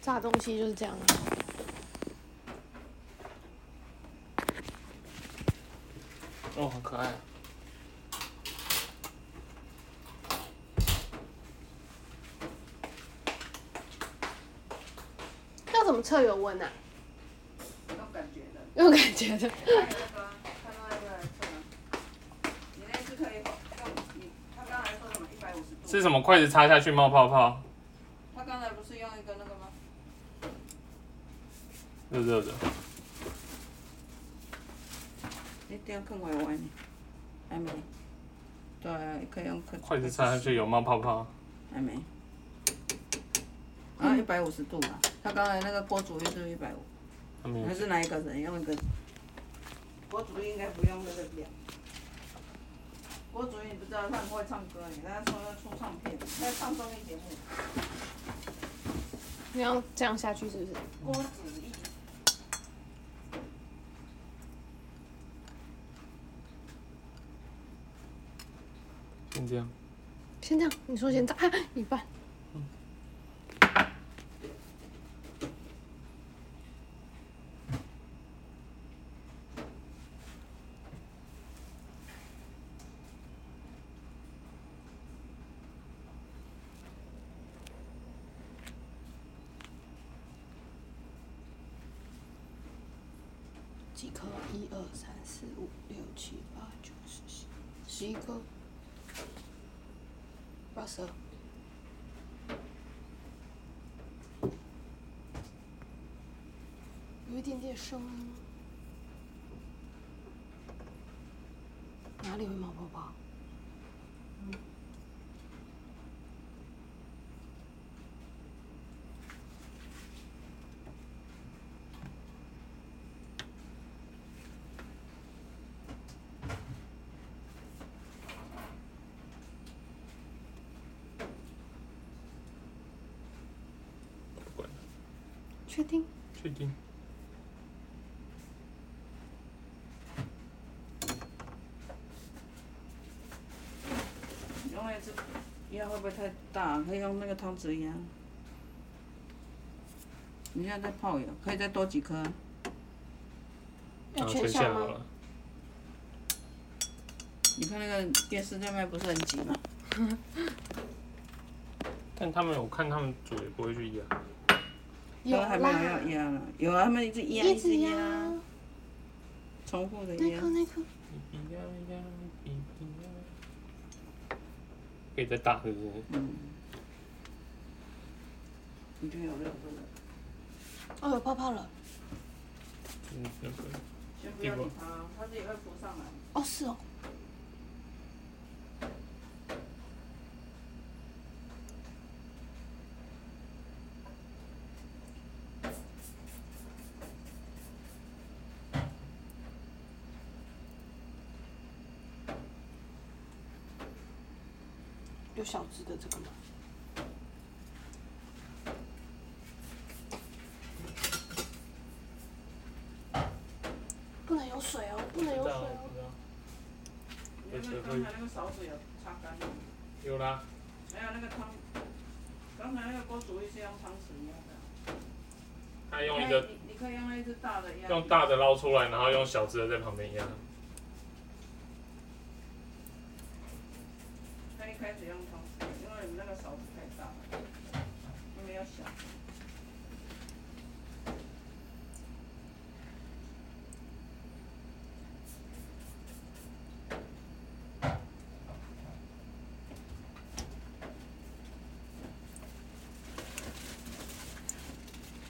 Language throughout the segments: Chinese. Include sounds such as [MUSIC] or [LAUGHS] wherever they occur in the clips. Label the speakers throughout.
Speaker 1: 炸东西就是这样啊。
Speaker 2: 哦，好可爱。
Speaker 1: 要怎么测油温啊？
Speaker 3: 都感觉的。
Speaker 1: 有感觉的。
Speaker 3: 还有那个，他刚才来测你那次可以用你，他刚才说什么一百五十度？
Speaker 2: 是什么筷子插下去冒泡泡？
Speaker 3: 他刚才不是用一个那个吗？
Speaker 2: 热热的。
Speaker 3: 一定要更歪歪呢，还没。对，可以用更
Speaker 2: 筷子插下去有冒泡泡。
Speaker 3: 还没。啊，一百五十度啊！他刚才那个锅主力是一百五，
Speaker 2: 他们
Speaker 3: 还是哪一个人用一个？锅主力应该不用那个表。锅主力你不知道他很会唱歌，你跟他说要出唱片，他唱综艺节目。
Speaker 1: 你要这样下去是不是？
Speaker 3: 郭子仪，
Speaker 2: 先这样。
Speaker 1: 先这样，你说先炸、啊、一半。几颗？一二三四五六七八九十十十一颗。八十二。有一点点声音。哪里有毛泡泡？
Speaker 2: 不管了，
Speaker 1: 确定？
Speaker 2: 确定。
Speaker 3: 用那只鸭会不会太大？可以用那个汤匙鸭。你现在在泡油，可以再多几颗啊。
Speaker 1: 要
Speaker 2: 全
Speaker 1: 全
Speaker 2: 啊下
Speaker 1: 下
Speaker 2: 好
Speaker 1: 吗？
Speaker 2: 了。
Speaker 3: 你看那个电视在卖不是很急吗？
Speaker 2: 但他们，我看他们煮也不会去压。
Speaker 1: 有
Speaker 3: 都还没有
Speaker 1: 啦
Speaker 3: 要，压了，有啊，他们一直压
Speaker 1: 一直
Speaker 3: 直
Speaker 1: 压。
Speaker 3: 压，重复的
Speaker 1: 那
Speaker 3: 压
Speaker 1: 颗。那颗，
Speaker 2: 压压压。可以再大，是不是？
Speaker 3: 嗯。已经有热度了，
Speaker 1: 哦，有泡泡了。
Speaker 2: 嗯，那个
Speaker 3: 先不要理它，它自己会浮上来。
Speaker 1: 哦，是哦。有小只的这个吗？不能有水哦，不能有
Speaker 2: 知
Speaker 1: 水
Speaker 2: 道
Speaker 1: 哦。
Speaker 2: 知道
Speaker 3: 你那个刚才那个勺子有擦干吗？
Speaker 2: 有啦，
Speaker 3: 没有那个汤，刚才那个锅主力是用汤匙压的。
Speaker 2: 他用一个
Speaker 3: 你你可以用那只大
Speaker 1: 哎
Speaker 3: 的压。
Speaker 2: 用大的捞出来，然后用小只的在旁边压。
Speaker 3: 他一开始用汤匙，因为你那个勺子太大了，你没有小。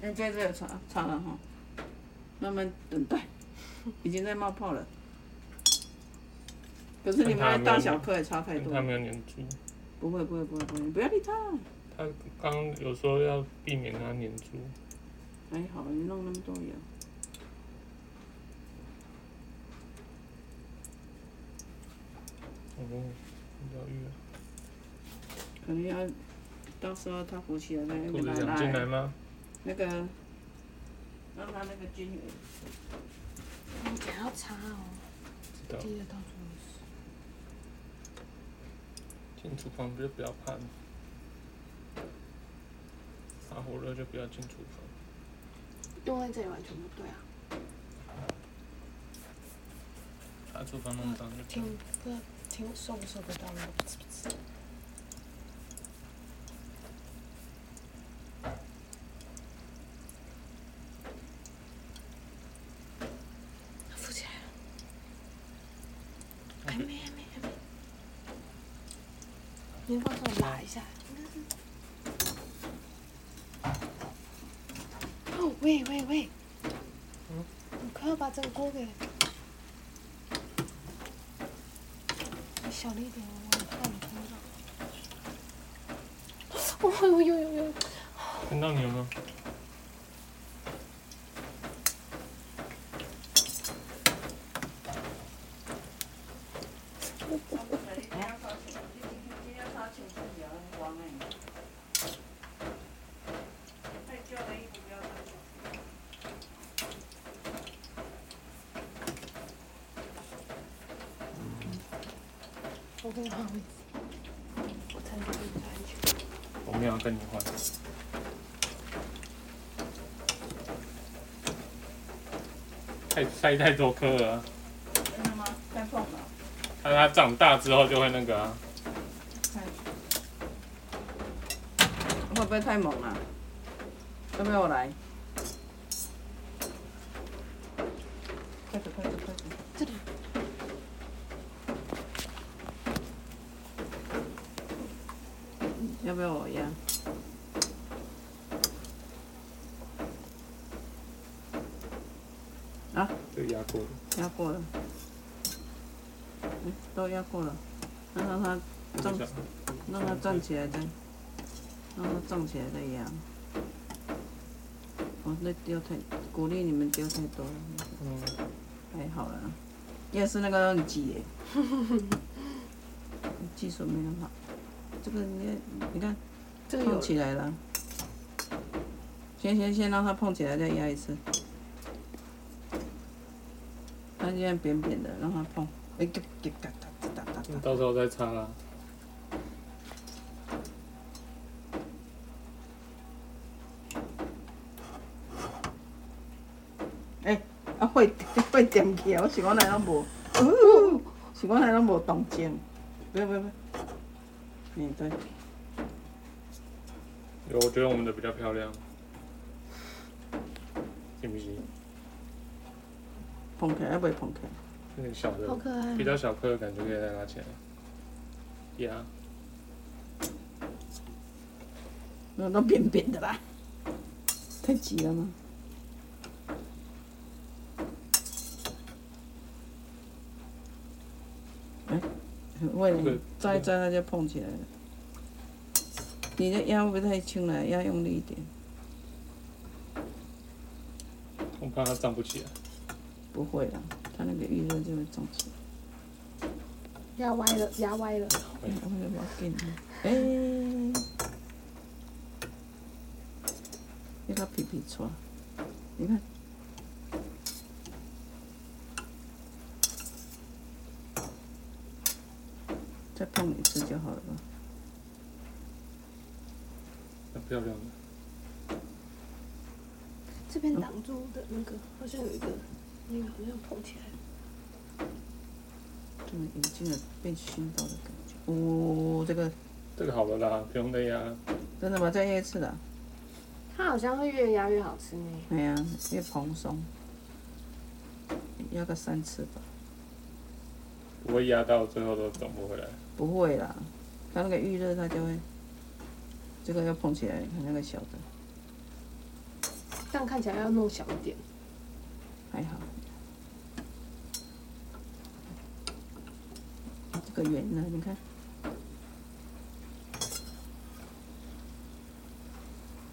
Speaker 3: 你在这里擦擦了哈，慢慢等待，已经在冒泡了。可是你们的大小颗也差太多
Speaker 2: 他
Speaker 3: 了。
Speaker 2: 没有粘住，
Speaker 3: 不会不会不会不会，你不要理他。
Speaker 2: 他刚刚有说要避免它粘住。
Speaker 3: 还哎好你弄那么多油，
Speaker 2: 哦，疗愈了。
Speaker 3: 可能要到时候它浮起来再
Speaker 2: 兔
Speaker 3: 给
Speaker 2: 子
Speaker 3: 它
Speaker 2: 想哎进来
Speaker 3: 拉
Speaker 2: 吗？
Speaker 3: 那个，让它那个均匀。
Speaker 1: 你等下要擦哦，
Speaker 2: 知道，
Speaker 1: 滴的到处都是。
Speaker 2: 进厨房不就不要怕吗？怕火热就不要进厨房。
Speaker 1: 用在这里完全不对啊。
Speaker 2: 把厨房弄脏就这
Speaker 1: 听
Speaker 2: 样。
Speaker 1: 不听受不受得到吗？不知不知。啊扶起来了，还没还没还没。您帮我拿一下，应该是。哦喂喂喂！
Speaker 2: 嗯
Speaker 1: 你快要把这个锅给小了一点，我怕你听到。哦呦呦呦呦！
Speaker 2: 看到你了吗？
Speaker 1: 我给你换位置，我才能给你安全。
Speaker 2: 我没有跟你换。太塞太多颗了、啊，
Speaker 3: 真的吗？太痛了，
Speaker 2: 它它长大之后就会那个啊。
Speaker 3: 会不会太猛了、要不要我来？快点快点快点！
Speaker 1: 这里
Speaker 3: 要不要我压？
Speaker 2: 就压过了。
Speaker 3: 压过了，嗯，都压过了，那让它
Speaker 2: 等一下
Speaker 3: 这样，让它站起来再，让它站起来再压。哦，那丢太，鼓励你们丢太多了，
Speaker 2: 嗯，
Speaker 3: 还哎好啦。也是那个很挤耶， [LAUGHS] 技术没那么好。这个你看，你看
Speaker 1: 这个
Speaker 3: 碰
Speaker 1: 有
Speaker 3: 起来了，先先先让它碰起来，再压一次。它现在扁扁的，让它碰。哎，嘎嘎嘎哒哒哒哒
Speaker 2: 那
Speaker 3: 哒。
Speaker 2: 到时候再擦啦。
Speaker 3: 啊，会会点起来，我是讲来拢无，哦是讲来拢无动静。不要不要不要。嗯，对，
Speaker 2: 有，我觉得我们的比较漂亮，行不行？
Speaker 3: 碰起来还袂碰起来。
Speaker 2: 那个小
Speaker 1: 好
Speaker 2: 的，
Speaker 1: 可爱
Speaker 2: 比。较小颗的感觉可以再拿起来。压，
Speaker 3: 那都扁扁的啦，太挤了吗？哎，为
Speaker 2: 这
Speaker 3: 了
Speaker 2: 个
Speaker 3: 扎一扎它就碰起来了。你的腰不太轻了，要用力一点。
Speaker 2: 我怕它站不起来。
Speaker 3: 不会啦，它那个预热就会胀起来。
Speaker 1: 压歪了，压歪了。
Speaker 3: 哎我的妈给你！哎，那个皮皮抓，你看，再碰一次就好了吧？
Speaker 2: 很漂亮的，
Speaker 1: 这边挡住的那个好像有一个，那个好像碰起来。
Speaker 3: 这么有进了被熏到的感觉。哦，这个
Speaker 2: 这个好了啦，不用再压了。
Speaker 3: 真的吗？再压一次啦。
Speaker 1: 它好像会越压越好吃呢。
Speaker 3: 哎呀，越蓬松，压个三次吧。
Speaker 2: 不会压到最后都转不回来。
Speaker 3: 不会啦，它那个预热它就会，这个要碰起来，它那个小的
Speaker 1: 但看起来要弄小一点。
Speaker 3: 还好。这个圆的，你看，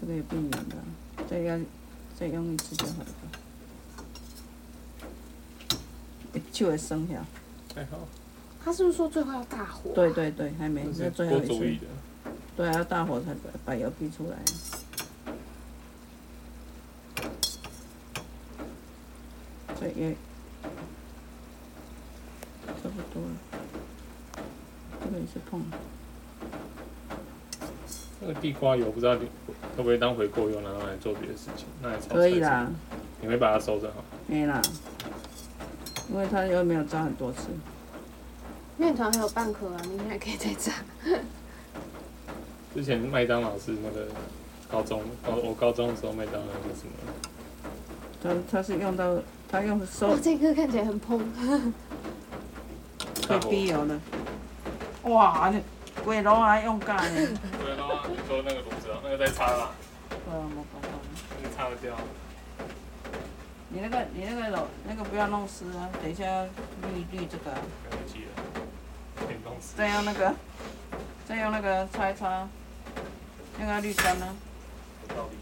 Speaker 3: 这个也变圆了，再要再用一次就好了吧。诶手会生呀，
Speaker 2: 还好，
Speaker 1: 他是不是说最后要大火？啊
Speaker 3: 对。对对，还没，
Speaker 2: 这
Speaker 3: 那
Speaker 2: 是
Speaker 3: 最后
Speaker 2: 多
Speaker 3: 一
Speaker 2: 主意
Speaker 3: 次，
Speaker 2: 的。
Speaker 3: 对啊，要大火才把把油逼出来。这也差不多了，这个也是碰了，
Speaker 2: 这那个地瓜油不知道你会不会当回购用，然后来做别的事情，那来炒
Speaker 4: 可以
Speaker 2: 菜
Speaker 4: 啦，
Speaker 2: 是吗，你会把它收着好。
Speaker 4: 没啦，因为它又没有炸很多次。
Speaker 1: 面团还有半颗啊，明天还可以再炸。
Speaker 2: 之前麦当劳是那个高中，高我高中的时候麦当劳是什么？
Speaker 4: 它它是用到它用收
Speaker 3: 哦
Speaker 1: 哇，这颗看起来很蓬，
Speaker 4: 会逼
Speaker 3: 啊
Speaker 4: 油的，
Speaker 3: 哇，你鬼佬还用干 [LAUGHS] 呢？
Speaker 2: 对啊，你说那个炉子啊，那个再擦啦，
Speaker 3: 对啊，我搞不懂
Speaker 2: 那个擦得掉。
Speaker 3: 你那个你那个老那个不要弄湿啊，等一下滤滤这个啊，
Speaker 2: 来不及了，点东西。
Speaker 3: 再用那个，再用那个擦一擦，那个滤干呢，
Speaker 2: 有道理。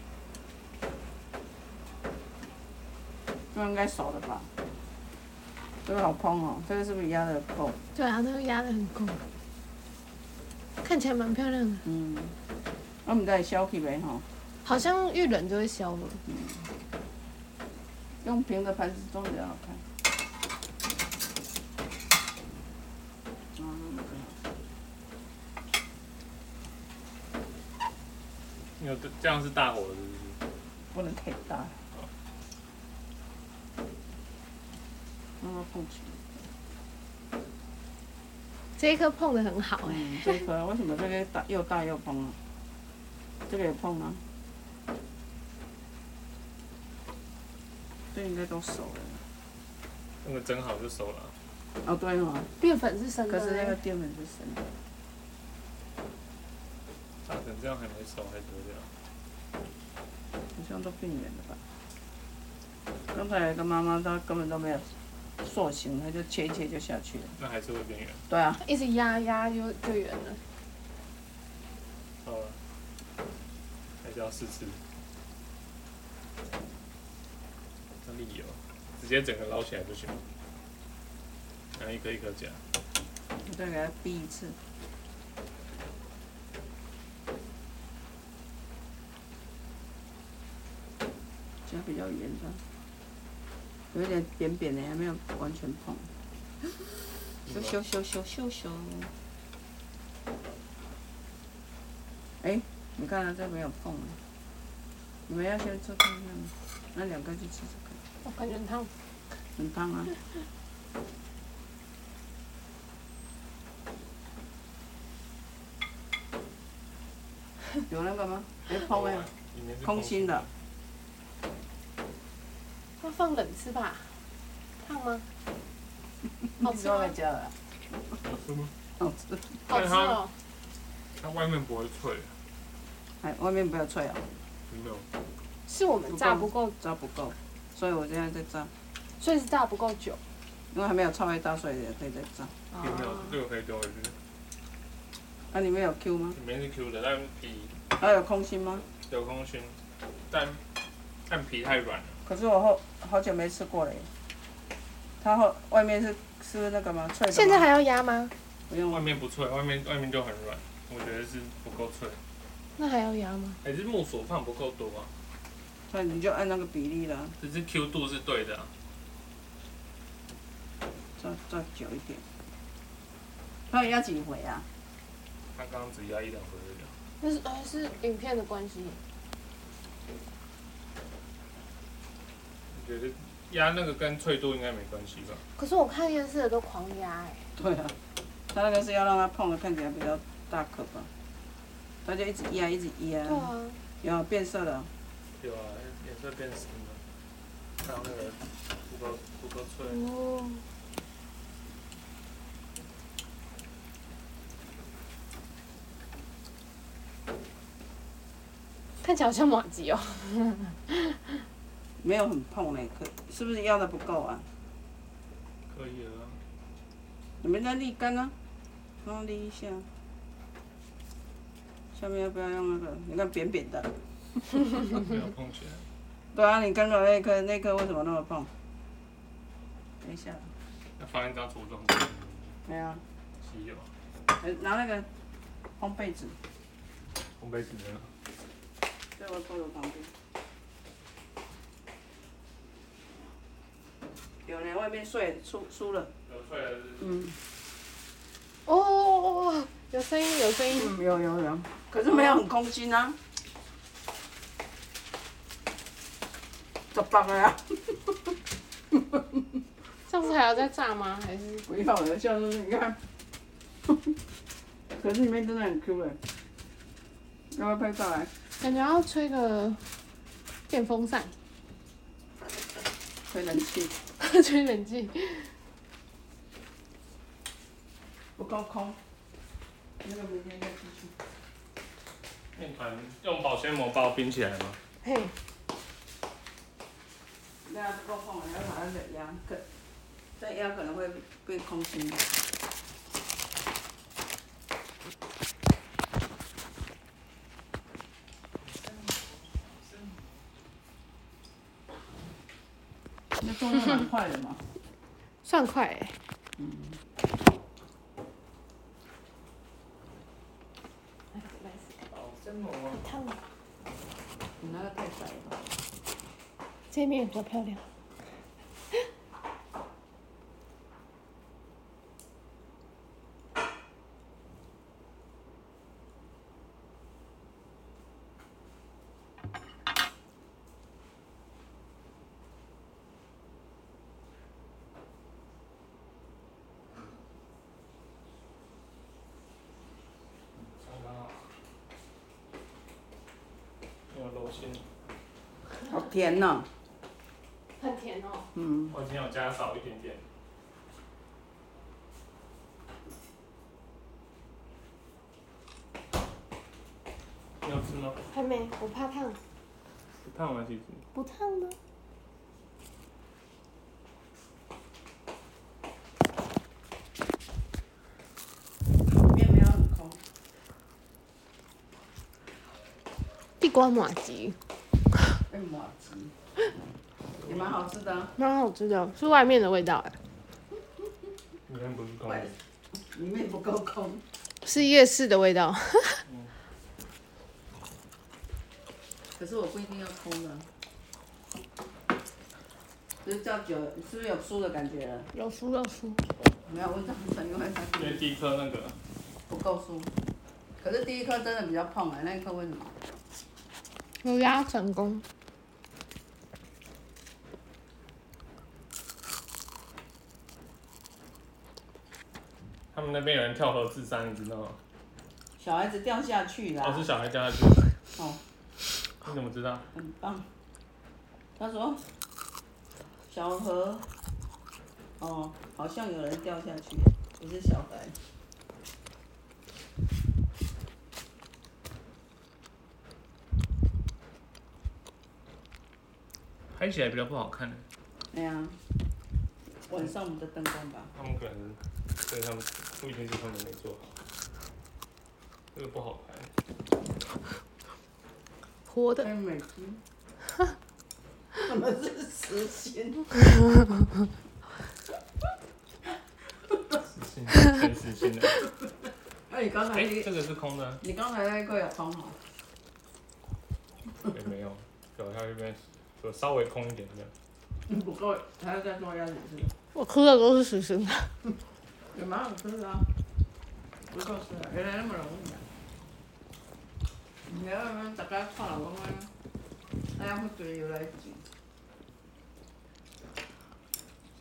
Speaker 3: 就应该熟了吧？这个好蓬哦，这个是不是压的够？
Speaker 1: 对啊，那个压的很够，看起来蛮漂亮的，
Speaker 3: 嗯，我们再削起来吼，
Speaker 1: 好像遇冷就会消了。
Speaker 3: 用平的盘子装比较好看。嗯，
Speaker 2: 你有这样是大火的，是不是？
Speaker 3: 不能太大。让它固起。
Speaker 1: 这一颗碰的很好哎、
Speaker 3: 嗯，这一颗为什么这个大又大又蓬啊？这个也蓬啊？这应该都熟了。
Speaker 2: 那个蒸好就熟了。
Speaker 3: 哦，对哦，
Speaker 1: 淀粉是生
Speaker 3: 可
Speaker 1: 的，欸
Speaker 3: 是那个淀粉是生的。
Speaker 2: 炸成这样还没熟，还得了？
Speaker 3: 好像都变远了吧？刚才的妈妈她根本都没有塑形，她就切一切就下去了。
Speaker 2: 那还是会变圆。
Speaker 3: 对啊，
Speaker 1: 一直压压就就圆了。
Speaker 2: 好了，还是要试吃。那里有，直接整个捞起来不行吗？然后一颗一颗夹。
Speaker 3: 我再给她逼一次。这比较圆的，有一点扁扁的，还没有完全碰。咻咻咻咻咻咻。哎，你看啊，这没有碰啊。你们要先吃看看吗，那两个就吃这个。
Speaker 1: 我感觉很烫，
Speaker 3: 很烫
Speaker 1: [LAUGHS]
Speaker 3: 啊！有那个吗？哎、泡面，
Speaker 2: 里面是
Speaker 3: 空心的。，
Speaker 1: 要放冷吃吧？烫 [LAUGHS] 吗？好吃吗？
Speaker 3: 加了，
Speaker 2: 好吃吗？
Speaker 3: 好吃。
Speaker 1: 好吃哦、
Speaker 2: 它外面不会脆，
Speaker 3: 哎，外面不要脆哦，
Speaker 2: 有没有？
Speaker 1: 是我们炸不够，
Speaker 3: 炸不够，所以我现在在炸，
Speaker 1: 所以是炸不够久。
Speaker 3: 因为还没有炒太大，所以也可以再炸。
Speaker 2: 有没有？
Speaker 1: 哦
Speaker 2: 这个可以丢回去。
Speaker 3: 那、里面有 Q 吗？
Speaker 2: 里面是 Q 的，但皮
Speaker 3: 还有空心吗？
Speaker 2: 有空心，但但皮太软了。
Speaker 3: 可是我后好久没吃过了耶。它后外面是是那个吗？脆的吗？
Speaker 1: 现在还要压吗？
Speaker 3: 不用
Speaker 2: 外面不脆，外面外面就很软，我觉得是不够脆，
Speaker 1: 那还要压吗？
Speaker 2: 还是哎木薯放不够多啊？
Speaker 3: 那你就按那个比例啦，
Speaker 2: 只是 Q 度是对的、啊，
Speaker 3: 炸炸久一点。它要压几回啊？
Speaker 2: 它刚刚只压一两回而已啊。
Speaker 1: 那是还是影片的关系？
Speaker 2: 我觉得压那个跟脆度应该没关系吧？
Speaker 1: 可是我看电视的都狂压哎、
Speaker 3: 对啊，他那个是要让它碰的看起来比较大颗吧，他就一直压一直压，
Speaker 1: 对啊，
Speaker 3: 有变色了，
Speaker 2: 有啊，颜色变深了，然后那个不够不够脆
Speaker 1: 哦，看起来好像马吉哦。
Speaker 3: 没有很碰嘞，可是不是压的不够啊？
Speaker 2: 可以了啊。
Speaker 3: 你们再沥干啊，然后沥一下。下面要不要用那个？你看扁扁的，
Speaker 2: 不要碰起来。
Speaker 3: 对啊，你刚刚那颗那颗为什么那么碰？等一下，
Speaker 2: 那放一张橱窗，
Speaker 3: 没有啊，
Speaker 2: 稀有啊。
Speaker 3: 呃拿那个烘焙纸，
Speaker 2: 烘焙纸呢？
Speaker 3: 在我桌子旁边。有人外面睡输输了。
Speaker 2: 有脆的是
Speaker 3: 嗯，
Speaker 1: 哦哦，有声音，有声音。
Speaker 3: 嗯有有有，可是没有很空心啊，十八啊个呀、
Speaker 1: 这样子还要再炸吗？还是
Speaker 3: 不要了， [LAUGHS] 下次你看，可是里面真的很 Q 哎、要不要拍上来？
Speaker 1: 感觉要吹个电风扇， [LAUGHS]
Speaker 3: 吹冷气，
Speaker 1: 吹冷气？
Speaker 3: 不够空，那个明天再继续。
Speaker 2: 面团用保鲜膜包冰起来吗？
Speaker 1: 嘿，
Speaker 3: 那不够空，然后把它再压，可再压可能会变空心的。那动作蛮快的嘛，
Speaker 1: 算快哎、
Speaker 2: 保鲜膜啊，
Speaker 1: 哎烫哦了，
Speaker 3: 你那个太窄了吧。
Speaker 1: 这面比较漂亮。
Speaker 2: 刚刚好。没有肉馅，
Speaker 3: 好甜哦呐、
Speaker 1: 很甜哦，
Speaker 3: 嗯，
Speaker 2: 我今天有加少一点点。你有吃吗？
Speaker 1: 还没，我怕烫，
Speaker 2: 不烫啊，其实。
Speaker 1: 不烫吗？
Speaker 3: 里面没有很空。
Speaker 1: 地瓜马吉
Speaker 3: 哎，麻吉，也蛮好吃的、啊，
Speaker 1: 蛮好吃的，是外面的味道哎、
Speaker 2: 你看不是公
Speaker 3: 喂里面不够空。
Speaker 1: 是夜市的味道。
Speaker 3: 可是我不一定要空的啊，就是叫久了，是不是有酥的感觉了？
Speaker 1: 有酥有酥，
Speaker 3: 没有，我长成因为它
Speaker 2: 因为
Speaker 3: 是
Speaker 2: 第一颗那个
Speaker 3: 不够酥。可是第一颗真的比较碰哎、那一颗为什么？
Speaker 1: 有压成功。
Speaker 2: 他们那边有人跳河自杀，你知道吗？
Speaker 3: 小孩子掉下去
Speaker 2: 我
Speaker 3: 啦
Speaker 2: 是，小孩叫他去。
Speaker 3: 哦，
Speaker 2: 你怎么知道？
Speaker 3: 很棒。他说，小何，哦，好像有人掉下去，不是小孩。
Speaker 2: 拍起来比较不好看。
Speaker 3: 哎呀、晚上我们的灯光吧。
Speaker 2: 他们可能，对他们不一定是他们没做好，这个不好拍。 [LAUGHS]
Speaker 1: 活的
Speaker 3: 哎，美金， [LAUGHS] 怎么是实心？
Speaker 2: 是全实心的。
Speaker 3: 那你刚
Speaker 2: [LAUGHS]
Speaker 3: 才
Speaker 2: 哎，
Speaker 3: 那
Speaker 2: 这个是空的。
Speaker 3: 你刚才那一个有空吗？
Speaker 2: 也没有，有它这边有稍微空一点点。
Speaker 3: 你不够，还要再多压几次？
Speaker 1: 我吃的都是实心的，
Speaker 3: 也蛮好吃的啊，不够吃的，原来那么容易啊！你那边啊大家看了我们，那样会觉得有来劲。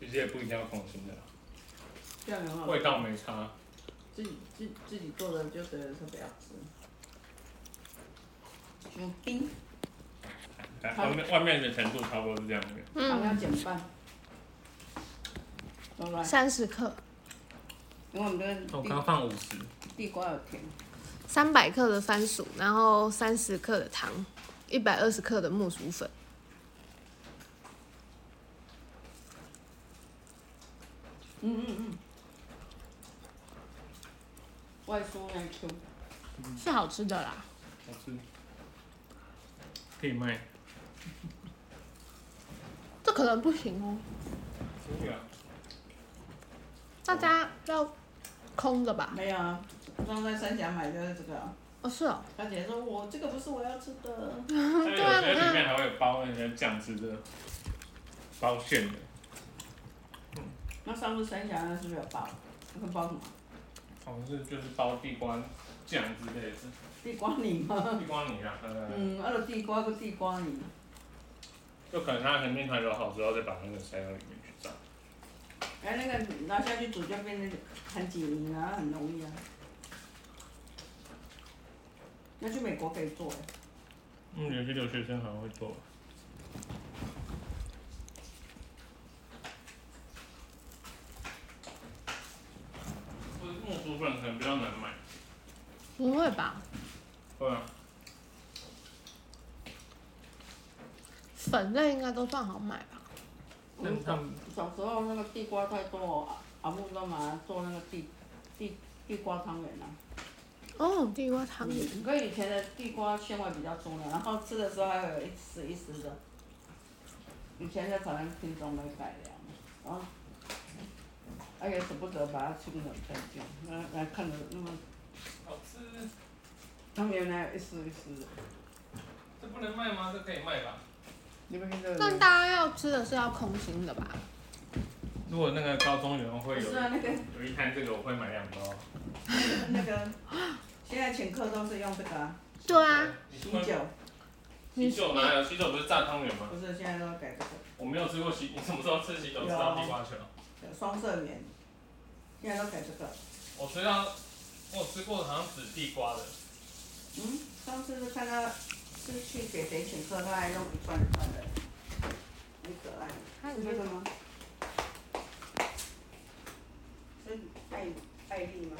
Speaker 2: 其实也不一定要空心的啦，
Speaker 3: 这样很好，
Speaker 2: 味道没差。
Speaker 3: 自己自自己做的就觉得特别好吃。熊冰，
Speaker 2: 哎外面外面的程度差不多是这样的。
Speaker 3: 糖要
Speaker 1: 嗯，
Speaker 3: 减半，拜拜。
Speaker 1: 三十克，
Speaker 3: 因为我们这
Speaker 2: 我
Speaker 3: 个
Speaker 2: 刚
Speaker 3: 地
Speaker 2: 放五十，
Speaker 3: 地瓜有甜。
Speaker 1: 三百克的番薯，然后三十克的糖，一百二十克的木薯粉，
Speaker 3: 嗯嗯嗯，外酥内 Q，
Speaker 1: 是好吃的啦。
Speaker 2: 好吃，可以卖。
Speaker 1: 这可能不行哦，
Speaker 2: 可以啊，
Speaker 1: 大家要空的吧？
Speaker 3: 没有啊，我刚在三峡买的这个啊，
Speaker 1: 哦，是哦，
Speaker 3: 他姐说我这个不是我要吃的，
Speaker 2: 但有
Speaker 1: 啊
Speaker 2: 些
Speaker 1: 你看
Speaker 2: 里面还会有包那个酱汁的，包馅的，
Speaker 3: 那上次三峡那是不是有包？那个包什么？
Speaker 2: 好像是就是包地瓜酱之类的，
Speaker 3: 地瓜泥吗？
Speaker 2: 地瓜泥啊，嗯，
Speaker 3: 嗯，啊，就地瓜跟地瓜泥，
Speaker 2: 就可能它肯定它揉好之后再把那个塞到里面去炸。
Speaker 3: 哎，那个拿下去煮就变成很解腻啊，很容易啊。要去美国可以做哎，
Speaker 2: 嗯，有些留学生好像会做。我是木薯粉可能比较难买。
Speaker 1: 不会吧？
Speaker 2: 会啊，
Speaker 1: 粉类应该都算好买吧？
Speaker 3: 我们小小时候那个地瓜太多，啊阿木都嘛做那个地地地瓜汤圆啊。
Speaker 1: 哦，地瓜汤圆。
Speaker 3: 嗯，跟以前的地瓜纤维比较粗呢，然后吃的时候还有一丝一丝的。以前在草原品种来改良，然后，哎也舍不得把它清冷干净，那来看着那么
Speaker 2: 好吃，
Speaker 3: 它原来有一丝一丝的，
Speaker 2: 这不能卖吗？这可以卖吧？
Speaker 3: 你们看这
Speaker 1: 但大家要吃的是要空心的吧？
Speaker 2: 如果那个高中园会
Speaker 3: 不
Speaker 2: 有
Speaker 3: 是啊，那个
Speaker 2: 有一摊这个，我会买两包。
Speaker 3: 那个，现在请客都是用这个啊，
Speaker 1: 对啊，
Speaker 2: 你
Speaker 3: 喜
Speaker 2: 喜欢
Speaker 3: 酒，
Speaker 2: 喜酒哪有？喜酒不是炸汤圆吗？
Speaker 3: 不是现在都改这
Speaker 2: 我没有吃过喜，你什么时候吃喜酒吃到地瓜球？
Speaker 3: 个双色圆，现在都改这个。
Speaker 2: 我吃到，我有吃过好像紫地瓜的，
Speaker 3: 嗯，上次是看到是去给谁请客，他还弄一串一串的，很可爱。
Speaker 1: 看
Speaker 3: 是
Speaker 1: 你
Speaker 3: 那
Speaker 1: 这
Speaker 3: 个
Speaker 1: 个
Speaker 3: 吗？是艾艾丽吗？